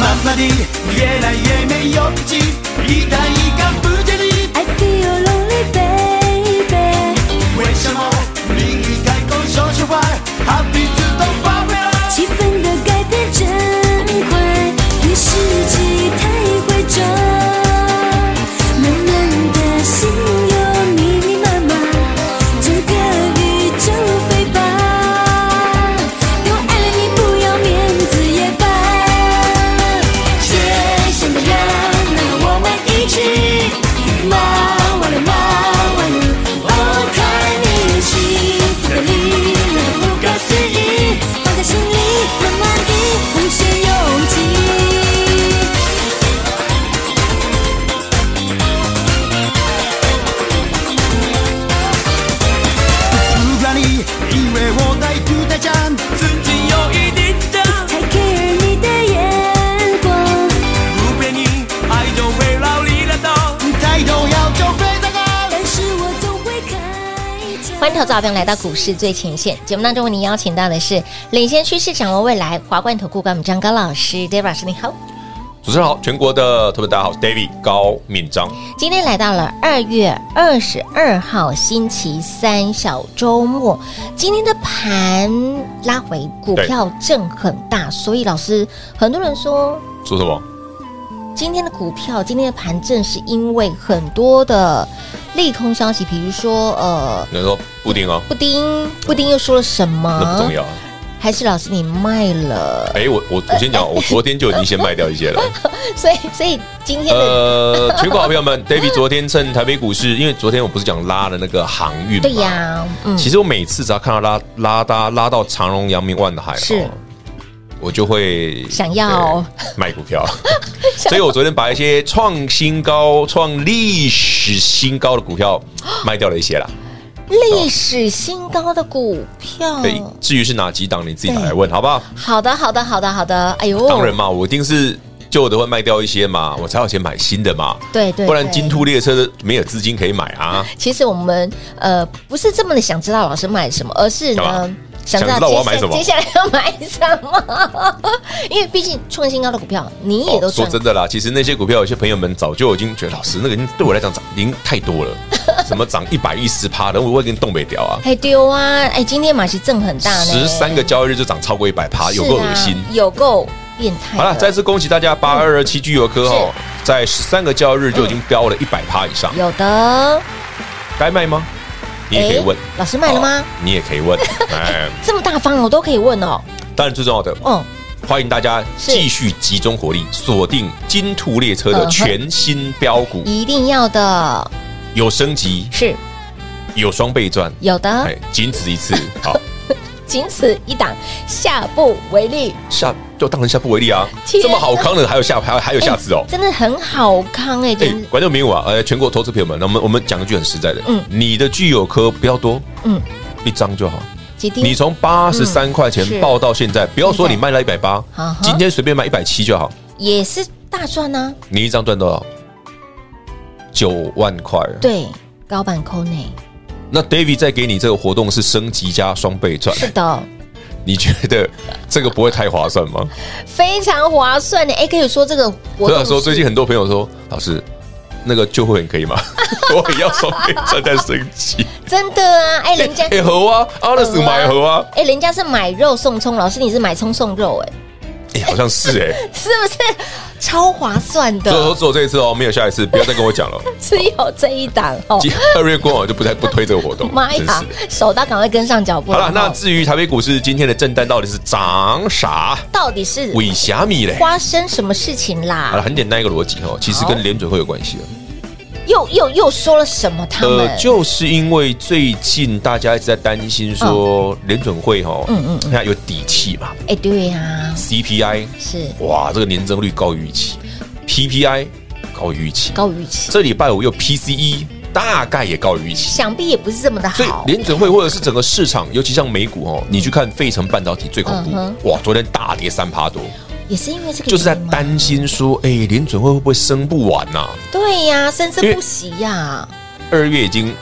ままで見えない夢よち痛いが無事に I feel lonely, baby. 为什么另一开口说实话好比自动发飙气氛的改变真快，你是记忆太会转，慢慢的心又密密麻麻，整个宇宙飞吧。都爱了你不要面子也罢。街上的人，那让我们一起忙完了忙完了，哦，看你幸福的力量不可思议，放在心里慢慢地无限拥挤。不管你以为我在独大讲自己有一定的才 care 你的眼光，不骗你爱就会老力了到态度要求非常高但是我总会开欢窍。迎投资者朋友来到股市最前线节目当中，为您邀请到的是领先趋势、掌握未来华冠投顾管理张高老师，David 老师你好。主持人好，全国的特别大家好我是，David 高敏章，今天来到了二月二十二号星期三小周末，今天的盘拉回，股票震很大，所以老师很多人说说什么？今天的股票，今天的盘正是因为很多的利空消息，比如说呃，你说布丁哦，布丁，布丁又说了什么？那不重要。还是老师你卖了， 哎，我我我先讲，我昨天就已经先卖掉一些了。所以所以今天的、 呃，全国好朋友们，David 昨天趁台北股市，因为昨天我不是讲拉的那个航运嘛对呀，嗯，其实我每次只要呃看到拉拉搭拉到长荣、阳明、万海，是哦我就会想要对卖股 票，所以我昨天把一些创新高、创历史新高的 股票卖掉了一些啦。历史新高的股票，对，至于是哪几档，你自己打来哦问，好不好？好的，好的，好的，好的。哎呦，当然嘛，我一定是旧的会卖掉一些嘛，我才有钱买新的嘛，对对，不然对金。兔列车没有资金可以买啊。其实我们呃不是这么的想知道老师买什么，而是干呢嘛想知道想知道我接要下买什么接下来要买什么。 因为毕竟创新高的股票你也都哦说赚，真的啦，其实那些股票有些朋友们早就已经觉得，老师那个已经对我来讲涨已经太多 了，什么涨一百一十趴的，我会跟你动北掉啊。还丢啊！哎，今天马戏挣很大呢，十三个交易日就涨超过一百趴，有够是啊恶心。有够变态。好了，再次恭喜大家，八二二七聚友科哦，在十三个交易日就已经飙了一百趴以上，有的，该卖吗？你也可以哎问，老师卖了吗哦？你也可以问， 哎，这么大方，我都可以问哦。当然最重要的，嗯，欢迎大家是继续集中火力锁定金兔列车的嗯哼全新标股，一定要的，有升级，是有双倍赚，有的哎，，仅 此一次。好，仅此一档，下不为例。下就当然下不为例啊，天哪这么好康的还有下还有还有下次哦。 真的很好康哎、哎真的，观众朋友啊，呃，全国投资朋友们，那我们我们讲一句很实在的，嗯嗯，你的具有科不要多，嗯嗯，一张就好。几滴你从八十三块嗯是钱报到现在，不要说你现在卖了一百八啊哈，今天随便卖一百七就好，也是大赚啊呢、你一张赚多少？九万块啊。对，高板扣内那 David 再给你这个活动是升级加双倍赚，是的，你觉得这个不会太划算吗？非常划算的。哎，可以说这个活我动想是 说，最近很多朋友说，老师，那个旧会员可 以吗？我也要双倍赚再升级，真的啊，哎，人家哎盒啊，阿拉斯买盒啊，哎，人家是买肉送葱，老师你是买葱送肉，哎，哎，好像是 哎。是不是超划算所以说的？只有这一次哦，没有下一次，不要再跟我讲了。只有这一档哦，今二月过完就不再不推这个活 动，妈真是呀的。，手刀赶快跟上脚步好了，哦那至于台北股市今天的震荡到底是涨啥、到底是尾霞米嘞？发生什么事情好了，啦？很简单一个逻辑哦，其实跟好联准会有关系了。又又又说了什么？他们、呃，就是因为最近大家一直在担心说联准会哈，嗯嗯嗯，它有底气嘛哎、对呀、 ，CPI 是哇，这个年增率高于预期，PPI 高于预期，高于预期，这礼拜五又 PCE 大概也高于预期，想必也不是这么的所以好。联准会或者是整个市场，尤其像美股哦，你去看费城半导体最恐怖嗯，哇，昨天大跌三趴多，也是因为这个，就是在。担心说，哎，联准会会不会升不完呐？对呀、生生因为不息呀、二月已经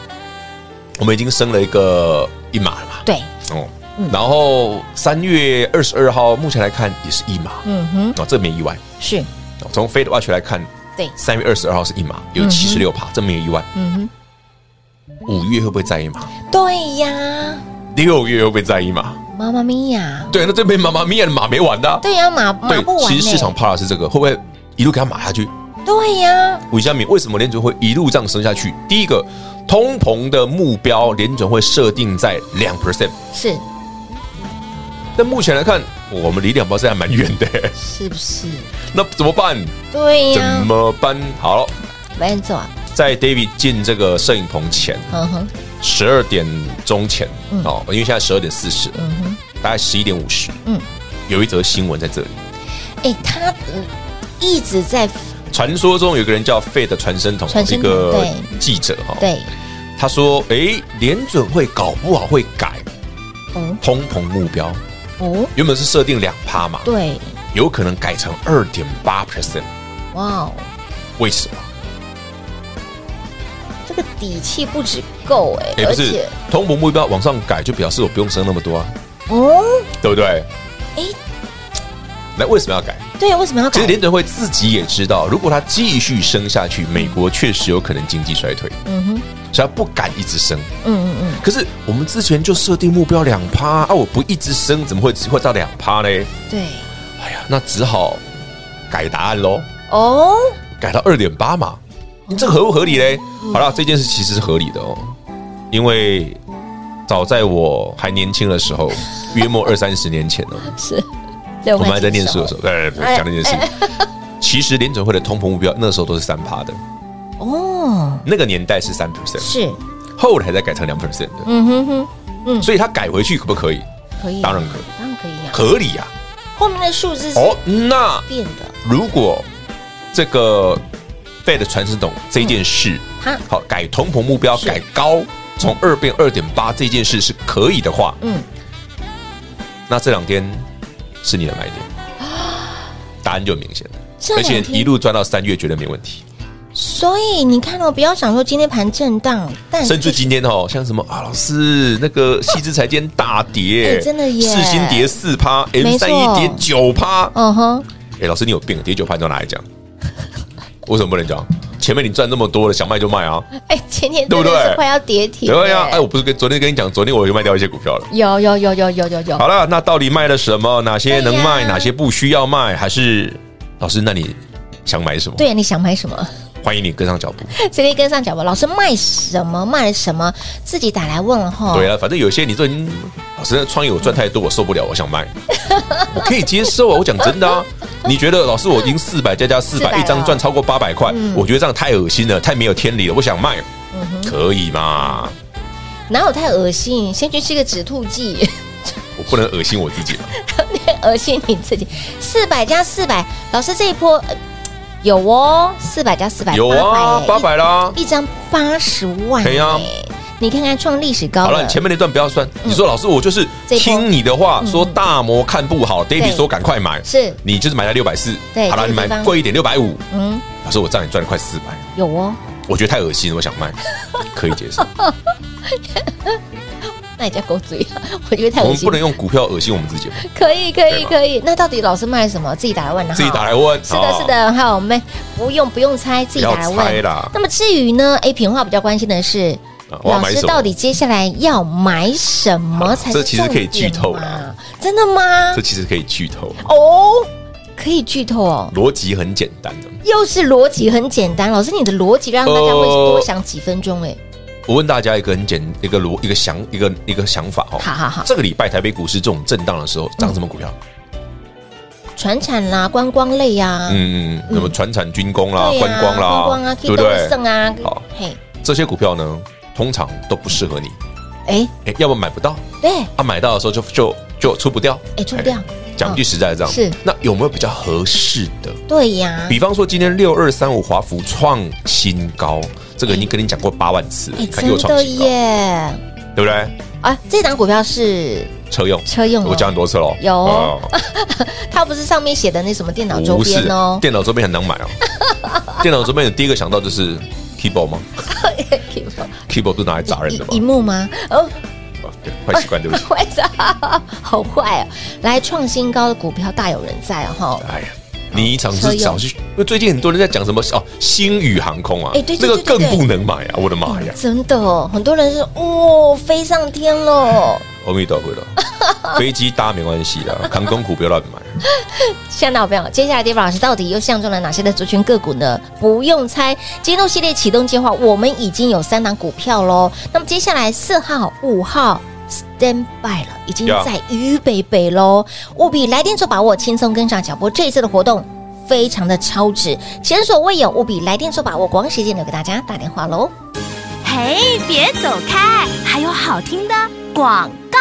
我们已经升了一个一码了嘛，对，嗯哦，然后三月二十二号，目前来看也是一码，嗯哼，哦，这没意外。是，哦从 Fed Watch 来看，对，三月二十二号是一码，有七十六趴，这没有意外。嗯五月会不会再一码？哼，对呀，六月会不会再一码？妈妈咪呀，对，那这边妈妈咪呀的码没完的啊、对呀，马马不完、其呢。实市场怕的是这个，会不会一路给它码下去？对呀，韦佳敏，为什么联准会一路这样升下去？第一个，通膨的目标联准会设定在两 percent，是但目前来看，我们离两 percent 还蛮远的， 是不是？那怎么办？对怎呀，么办？好了，没走啊，在 David 进这个摄影棚前，嗯哼，十二点钟前、哦，因为现在十二点四十，嗯哼，大概十一点五十，嗯嗯，有一则新闻在这里，哎、他嗯一直在传说中有一个人叫费的传声筒哦传，声一筒个对记者哈，对，他说，诶，联准会搞不好会改哦通膨目标，哦，原本是设定两趴嘛，对，有可能改成二点八 percent，哇哦，为什么？这个底气不止够哎、诶，不而是且通膨目标往上改，就表示我不用升那么多啊，哦，对不对？诶那为什么要改？对，为什么要其改实？联准会自己也知道，如果它继续升下去，美国确实有可能经济衰退，嗯哼，所以它不敢一直升。嗯嗯嗯，可是我们之前就设定目标两趴啊，我不一直升，怎么会只会到两趴呢？对，哎呀，那只好改答案喽，哦，改到二点八嘛。你这个合不合理嘞？好啦，这件事其实是合理的哦，因为早在我还年轻的时候，约莫二三十年前哦，是，对，我们还在念书的时候，候，对，对哎对讲那件事。其实联准会的通膨目标那时候都是三趴的，哦，那个年代是三 percent，是，后来才改成两 percent 的，嗯哼哼，所以它改回去可不可以？可以、啊，当然可以，当然可以啊，合理呀、后面的数字是哦，那变的，如果这个 Fed 传声筒这件事，它好改通膨目标是改高，从二变二点八这件事是可以的话，嗯，那这两天是你的买 点，答案就很明显了，这而且两天一路赚到三月绝对没问题。所以你看哦，不要想说今天盘震荡， 但甚至今天哦，像什么啊，老师那个西之财今天大跌，哎真的耶四星跌四趴，M 没错三一跌九趴。嗯哼，哎，老师你有病，跌九趴你都拿来讲， 为什么不能讲？前面你赚那么多了，想卖就卖啊，哎，前天对真不对的是快要跌停了，对呀、哎，我不是跟昨天跟你讲，昨天我又卖掉一些股票了。有有有有有有有，好了，那到底卖了什么？哪些能对卖？呀哪些不需要卖？还是老师，那你想买什么？对，你想买什 么？欢迎你跟上脚步。直接跟上脚吧。老师卖什么卖什么，自己打来问了哈。对啊，反正有些你说，嗯老师，那创意我赚太多，我受不了，我想卖， 我可以接受啊。我讲真的啊，你觉得老师我已经四百再加四400百，一张赚超过八百块，嗯我觉得这样太恶心了，太没有天理了，我想卖，可以嘛？哪有太恶心？先去吃个止吐剂， 我不能恶心我自己嘛。恶心你自己。四百加四百，老师这一波、呃有哦，四百加四百，有啊，八百啦。一张八十万、对呀哎你看看创历史高好了，你前面那段不要算。你说老师，我就是嗯这一波听你的话，说大摩看不好对，David 说赶快买，是你就是买在六百四对。好了，这个你买地方贵一点，六百五。嗯老师，我这样也赚了快四百，有哦，我觉得太恶心了，我想卖，可以接受。那你叫狗嘴， 我觉得太我恶们心不能。用股票恶心我们自 己嘛，可以可以对吧可以，那到底老师卖什么？自己打来问哈。自己打来问。是的，哦是，的，还有没不用不用猜，自己打来不要猜问啦。那么至于呢，哎，平话比较关心的是啊，我要老买师什么到底接下来要买什么才是这其实可以剧重透点啦嘛？真的吗这？其实可以剧透，哦，可以剧透哦。逻辑很简单的。又是逻辑很简单，老师你的逻辑让大家会呃多想几分钟哎，我问大家一个很简一个逻一个想一个一个想法哦。好好好这个礼拜台北股市这种震荡的时候，涨什么股票？船产啦、观光类呀，嗯嗯，嗯，那么船产、军工啦、对呀观光观光啦啊，，对不对？剩啊，好嘿，这些股票呢，通常都不适合你，哎，哎，要么买不到，对，啊，买到的时候就就就出不掉，哎出不掉哎。讲句实在的，这样是那有没有比较合适的？对呀，比方说今天六二三五华孚创新高，这个已经跟你讲过八万次了哎，，看真又创的新高，耶！对不对？啊，这档股票是车用，车用哦我讲很多次喽，有哦它不是上面写的那什么电脑周不是边哦？电脑周边很难买哦。 电脑周边，你第一个想到就是 keyboard 吗？keyboard 不是拿来砸人的吗一一？幕吗？哦，。哦对，坏习惯，对不 起坏啥？好坏哦！来创新高的股票大有人在哦哈。哎呀，你一场车是用早去，因为最近很多人在讲什么哦，星宇航空啊，哎对对那个对对更对不能买啊！我的妈呀，真的哦，很多人是哦，飞上天了。阿弥陀佛 了，飞机搭没关系的，航空股不要乱买。吓到朋友，接下来 David 老师到底又相中了哪些的族群个股呢？不用猜，金融系列启动计划我们已经有三档股票喽。那么接下来四号、五号 stand by 了，已经 Yeah 在于北北喽，务必来电做把握，轻松跟上脚步。这一次的活动。非常的超值，前所未有，务必来电做把握。广告时间留给大家打电话喽。嘿，别走开，还有好听的广告。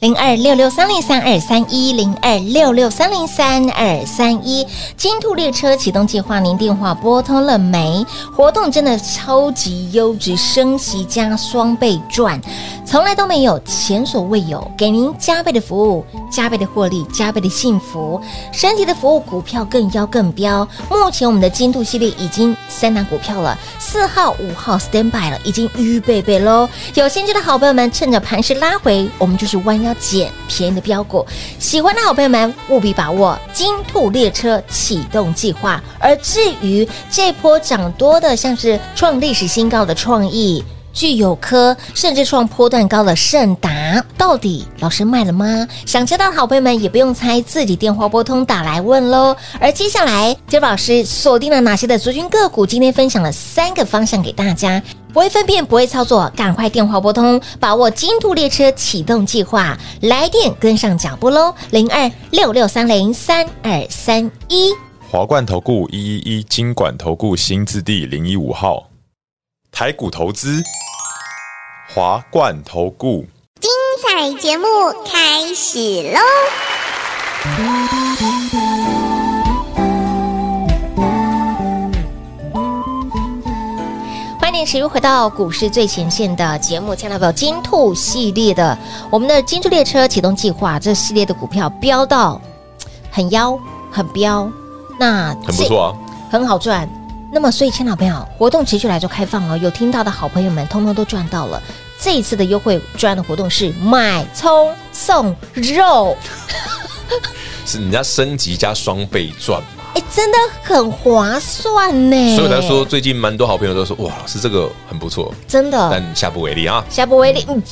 零二六六三零三二三一零二六六三零三二三一金兔列车启动计划，您电话拨通了没？活动真的超级优质，升息加双倍赚，从来都没有，前所未有，给您加倍的服务，加倍的获利，加倍的幸福，身体的服务股票更妖更标。目前我们的金兔系列已经三档股票了，四号、五号 stand by 了，已经预备备喽。有兴趣的好朋友们，趁着盘势拉回，我们就是弯腰捡便宜的标股。喜欢的好朋友们，务必把握金兔列车启动计划。而至于这波涨多的，像是创历史新高的创意。具有科，甚至创波段高的盛达，到底老师卖了吗？想知道的好朋友们也不用猜，自己电话拨通打来问喽。而接下来，杰老师锁定了哪些的族群个股？今天分享了三个方向给大家。不会分辨，不会操作，赶快电话拨通，把握金兔列车启动计划，来电跟上脚步喽！零二六六三零三二三一。华冠投顾一一一金管投顾新字第零一五号，台股投资，华冠投顾。彩节目开始喽！欢迎持续回到股市最前线的节目，亲爱的朋友，金兔系列的我们的金兔列车启动计划这系列的股票飙到嘖很妖很飙，那很不错啊，很好赚。那么，所以，亲老朋友，活动持续来做开放哦，有听到的好朋友们，通通都赚到了。这一次的优惠专案的活动是买葱送肉，是人家升级加双倍赚嘛，哎，真的很划算呢。所以我才说最近蛮多好朋友都说哇，老师这个很不错，真的，但下不为例啊。下不为例，嗯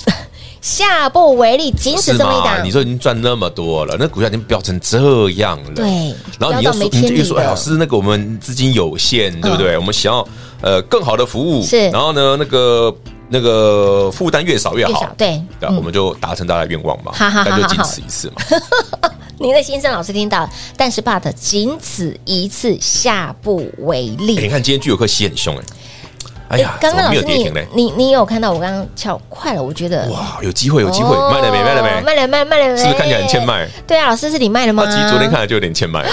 下不为例，仅是此这么一嘛？档你。说已经赚那么多了，那股价已经飙成这样了，对然飙后你到又没说，天你理就又说，哎，的老师，那个我们资金有限，对不对？我们想要呃更好的服务，是然后呢，那个那个负担越少越越好少，对对，啊嗯我们就达成大家的愿望嘛，好好好那就仅好好此一次嘛。您的先生老师听到了，但是 but 仅此一次，下不为哎你例。看今天巨有客吸很凶，哎，哎呀，刚刚怎么老没有师跌你停嘞？你你有看到我刚刚跳快了，我觉得哇，有机会，有机会，哦卖了没？卖了没？卖了卖了卖了没？是不是看起来很欠？卖？对啊，老师是你卖了吗？那其实昨天看，来就有点欠卖了。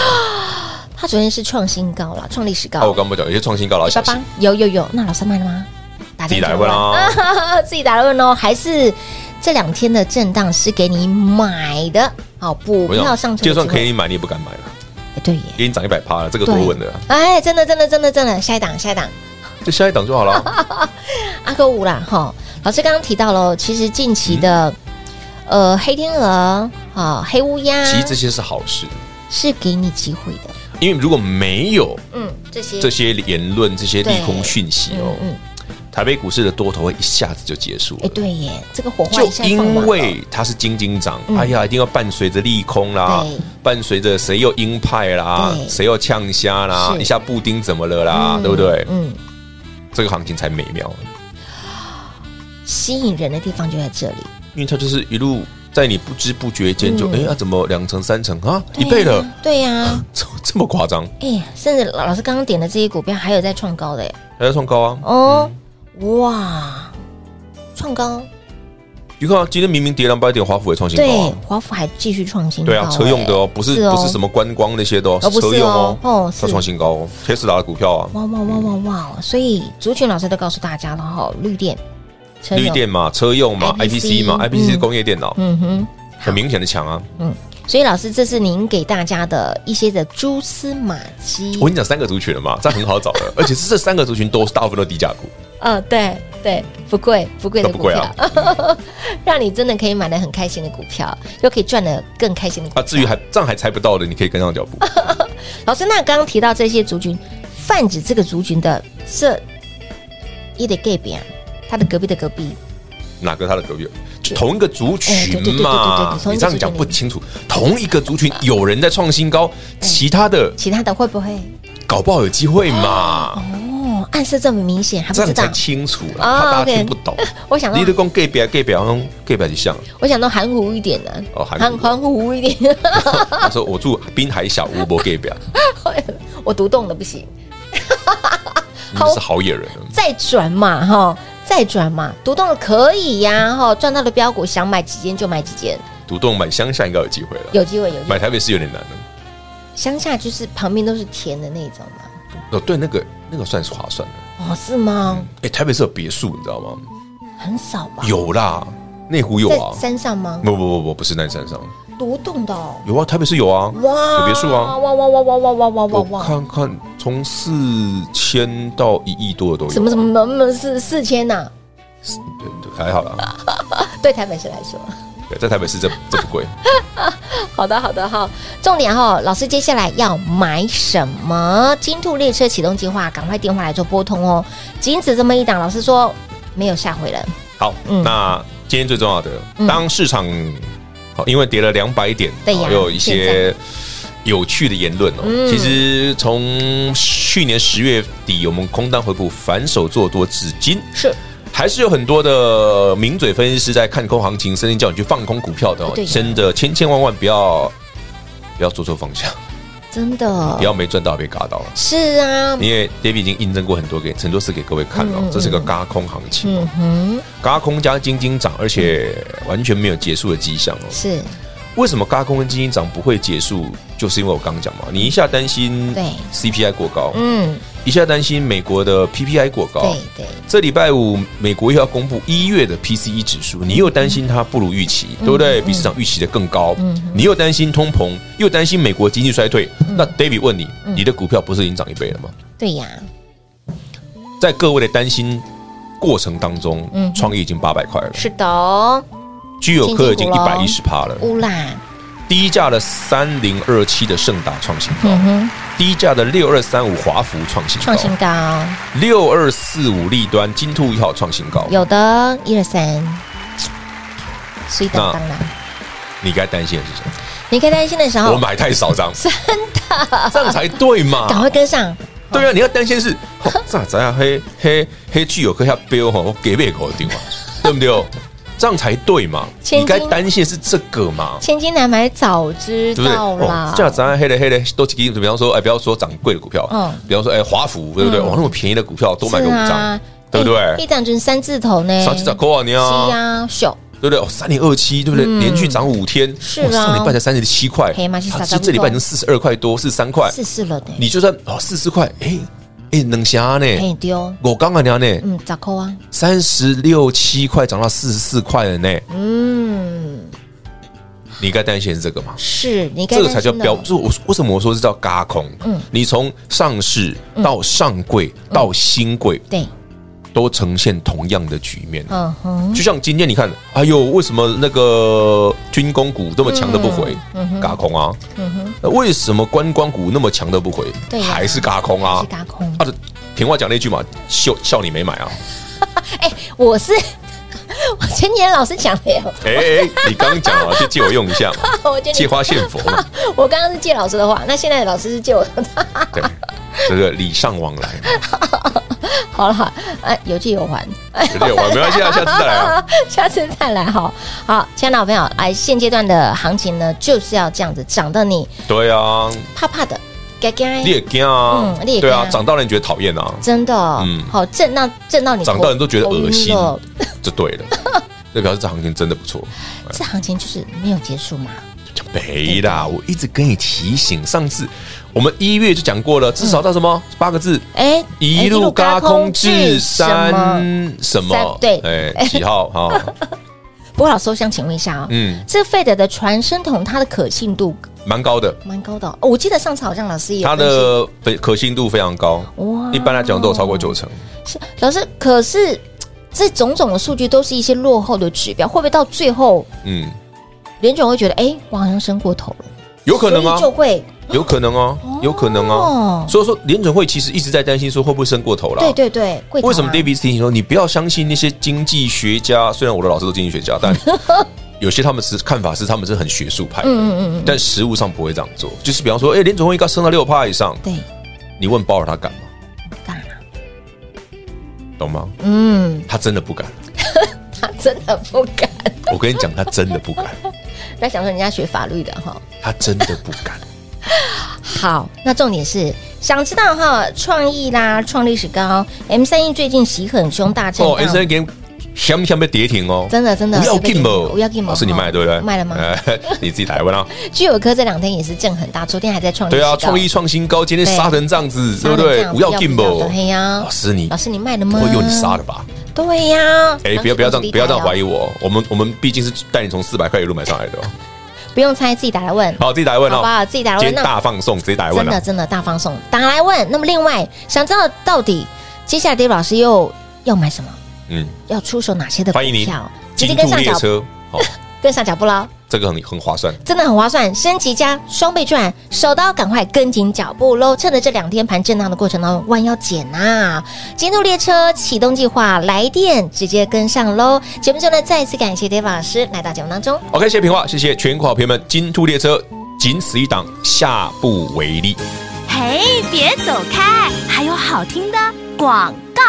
他昨天是创新高了，创历史啊，我高。刚不讲，有些创新高了，要小八心八。有有有，那老师卖了吗？打自己电话来问啊，啊，自己打来问哦，还是这两天的震荡是给你买的？好，股我想票上车的机会，就算可以买，你也不敢买了，啊哎，对耶，给你涨一百趴了，这个多稳的啊。哎，真的真的真的真的，下一档下一档。就下一档就好 嗯了。啊阿哥五啦，哈，老师刚刚提到了，其实近期的、呃黑天鹅啊、黑乌鸦嗯其实这些是好事，是给你机会的，因为如果没有嗯，这些这些言论、这些利空讯息哦，嗯嗯，台北股市的多头会一下子就结束哎、了。对耶，这个火花就一下放完因了为它是金金涨，嗯哎呀，一定要伴随着利空啦对，伴随着谁又鹰派啦，对谁又呛虾啦，是一下布丁怎么了啦，嗯啊对不对？嗯，这个行情才美妙，吸引人的地方就在这里，因为它就是一路在你不知不觉间就哎呀、怎么两成三成啊，一倍了，嗯对 呀，这这么夸张？哎呀，甚至老老师刚刚点的这些股票还有在创高的耶，还在创高啊？哦，嗯哇，创啊高，你看啊，今天明明跌两百点，华府也创新高对啊。，华府还继续创新高，对啊，车用的哦，哎不是不是什。么观光那些的哦，哦是不车是用哦哦，哦是它创新高哦，特斯拉的股票啊，哇哇哇哇哇！所以族群老师都告诉大家了哈，绿电、车用绿电，嘛，车用嘛 IPC ，IPC 嘛嗯，IPC 是工业电脑，嗯哼。很明显的强啊。所以老师，这是您给大家的一些的蛛丝马迹我。跟你讲三个族群了嘛，这样很好找 的，而且是这三个族群都是大部分都低价股，呃，对对，不贵不贵的都不股贵票啊， 让你真的可以买的很开心的股票，又可以赚的更开心的股啊，票。至于还这样还猜不到的，你可以跟上脚步。嗯老师，那刚刚提到这些族群，泛指这个族群的这一的 gay 边，他的隔壁的隔壁，哪个他的隔壁？就同一个族群哎对对对对对嘛对，同一个你这样讲族群不清楚。同一个族群有人在创新高，嗯其他的其他的会不会？搞不好有机会嘛，哦，暗示这么明显，还这不知样道才。清楚啦，哦怕大家 OK 嗯听不 懂。我想到你的讲 gay 表 gay 表，gay 表就像 我想到含糊一点的、哦含糊含糊一点，他说我住滨海小屋，不啊 gay 表，我读懂了不行，你就是好野人。再转嘛哈，再转嘛，读懂了可以呀、哈，赚到的标股想买几间就买几间，独栋买乡下应该有机会了，有机会有机会。买台北是有点难啊的。乡下就是旁边都是田的那种嘛，哦，对，那个那个算是划算的。哦是吗？哎，台北是有别墅，你知道吗？很少吧？有啦，内湖有在啊。山上吗？不不不不，不是南山上独栋的、哦，有啊，台北是有啊，哇，有别墅啊。哇哇哇哇哇哇哇哇我哇！看看，从四千到一亿多的都有。什么什？么什么四四千呐、对对，还好啦。对台北市来说，对，在台北市这这不贵。好的好的哈。重点哈、老师接下来要买什么？金兔列车启动计划，赶快电话来做拨通哦。仅此这么一档，老师说没有下回了。好，嗯那今天最重要的，当市场好，因为跌了两百点，对呀好又有一些有趣的言论哦。嗯其实从去年十月底，我们空单回补，反手做多至今。是，还是有很多的名嘴分析师在看空行情，甚至叫你去放空股票的哦对呀，真的千千万万不要不要做错方向，真的不要没赚到被嘎到了。是啊，因为 David 已经印证过很多给很多次给各位看了嗯嗯哦，这是个嘎空行情，哦嗯哼，嘎空加金金涨，而且完全没有结束的迹象哦。是为什么嘎空跟金金涨不会结束？就是因为我刚讲嘛，你一下担心对 CPI 过高，嗯，一下担心美国的 PPI 过高对，对，这礼拜五美国又要公布一月的 PCE 指嗯数，你又担心它不如预期，对不对？比市场预期的更高，嗯你又担心通膨，又担心美国经济衰退。嗯那 David 问你，你的股票不是已经涨一倍了吗？对呀、在各位的担心过程当中，嗯创意已经八百块了，是的哦，居有科已经辛一苦咯百一十趴了，乌啦，哦低价的三零二七的盛达创新高，嗯哼，低价的六二三五华孚创新创新高，高，六二四五立端金兔一号创新高，有的一二三，所以当当啦。你该担心的是什么？你可以担心的时我啊候，买太少 张，真的，啊这样才对嘛？赶快跟上。对啊，你要担心是，哦咋咋样黑黑黑具有科下标吼，我给别口丢啊，对不对？这样才对嘛？千金你该担心的是这个嘛？千金难买早知对不对？哦道啦，这样咱黑的黑的都几个，比方说，哎，不要说涨贵的股票，嗯比方说，哎，华孚，对不对？嗯哇，那么便宜的股票多买个五是张啊，对不哎对一？涨就是三字头呢，上期涨高啊，你是啊，啊，秀对不对？哦，三点二七，对不对？连续涨五天，是哇啊上礼拜才三十七块嘿嘛是，它傻傻这这礼不拜已动经四十二块多，四十三块，四四了呢，你就算哦四十块，哎哎，能虾可以呢？丢，我刚刚讲呢，嗯，咋扣啊？三十六七块涨到四十四块了呢，嗯，你该担心是这个吗？是你该这个才担叫心了嗯标，就是我为什么我说是叫嘎空？你从上市到上柜到新柜对，都呈现同样的局面。嗯哼，就像今天你看，哎呦，为什么那个军工股这么强的不回？嗯嘎空啊！那为什么观光股那么强的不回对？呀还是嘎空啊是！嘎空。啊，平话讲那句嘛，笑笑你没买啊！哎，我是 我前年老师讲的耶，哎哎，你刚讲 啊，就借我用一下嘛，我觉借得花献佛嘛，我刚刚是借老师的话，那现在老师是借我的，对，这个礼尚往来嘛。 好了，呃，有借有还，有有玩没关系啊，下次再来啊。 下次再来好。好，亲爱的好朋友，来现阶段的行情呢，就是要这样子涨到你对啊，怕怕的，该该你也惊啊嗯你也，对怕啊，涨到人觉得讨厌啊，真的，哦嗯好震到震到你涨头到人都觉得恶心哎头晕了就对了。 这表示这行情真的不错。这行情就是没有结束嘛。没啦，我一直跟你提醒，上次我们一月就讲过了，至少到什么八个字，哎，一路嘎空至什么三什么三？对哎，几号 哈？不过老师，我想请问一下哦，嗯，这费德的传声筒它的可信度蛮高的，蛮高的哦、哦我记得上次好像老师也它的非可信度非常高，哇一般来讲都有超过九成。是老师，可是这种种的数据都是一些落后的指标，会不会到最后嗯，联总会觉得，哎，我好像升过头了？有可能所啊以，就会有可能啊，有可能哦啊。所以说，联准会其实一直在担心说会不会升过头了。对对对，会为什么跌 David 提醒说你不要相信那些经济学家？虽然我的老师都经济学家， 但有些他们是看法是他们是很学术派的，嗯嗯嗯但实物上不会这样做。就是比方说，哎、联总会应该升到六趴以上，对，你问鲍尔他敢吗？干嘛？懂吗？嗯，他真的不敢。他真的不敢。我跟你讲，他真的 不敢，不要想说人家学法律的哈。他真的不敢。好，那重点是想知道哈，创意啦，创历史高，M 三 E 最近洗很凶，大震哦荡。 ，S N 给想不想被跌停哦？真的真的不要进哦，不要进哦老师你卖了对不对？卖了吗哎？ 你自己 来问啊。聚友科这两天也是震很大，昨天还在创历史对啊，高创意创新高，今天杀成这样子，对杀不成这对？样不要进哦。对呀老，师你老师你卖了不吗？会用你杀的吧？对呀，哎、不要不要这样，不要这样怀疑，疑我。我们我们毕竟是带你从四百块一路买上来的、哦。不用猜，自己打来问。好，自己打来问嗯好哦。吧自己打来问今天大放送，直接打来啊真问哦的了。真的大放送，打来问。那么另外想知道到底接下来 Dave 老师又要买什么，嗯，要出手哪些的股欢迎您票，直接金跟兔上列脚车，好、跟上脚步喽。这个很很划算。真的很划算，升级加双倍赚，手刀赶快跟紧脚步喽！趁着这两天盘震荡的过程当中，弯腰捡啊！极速列车启动计划，来电直接跟上喽！节目中呢，再次感谢 Dave 老师来到节目当中。 OK，谢谢平话，谢谢全国好朋友们，金兔列车仅此一档，下不为例。嘿，别走开，还有好听的广告。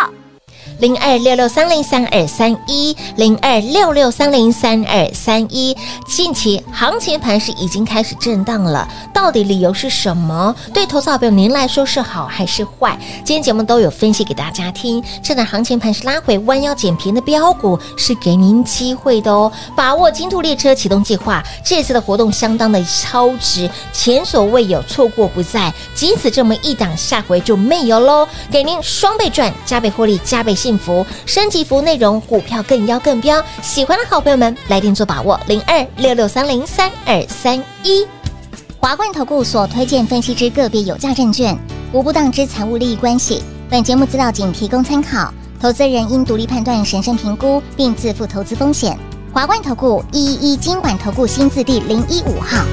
零二六六三零三二三一，零二六六三零三二三一。近期行情盘是已经开始震荡了，到底理由是什么？对投资好朋友您来说是好还是坏？今天节目都有分析给大家听。趁着行情盘是拉回弯腰捡便宜的标股，是给您机会的哦。把握金兔列车启动计划，这次的活动相当的超值，前所未有，错过不再。仅此这么一档，下回就没有喽。给您双倍赚，加倍获利，加倍幸福。升级服务内容，股票更妖更标。喜欢的好朋友们，来电做把握，零二六六三零三二三一。华冠投顾所推荐分析之个别有价证券，无不当之财务利益关系。本节目资料仅提供参考，投资人应独立判断、审慎评估，并自负投资风险。华冠投顾一一一金管投顾新字第零一五号。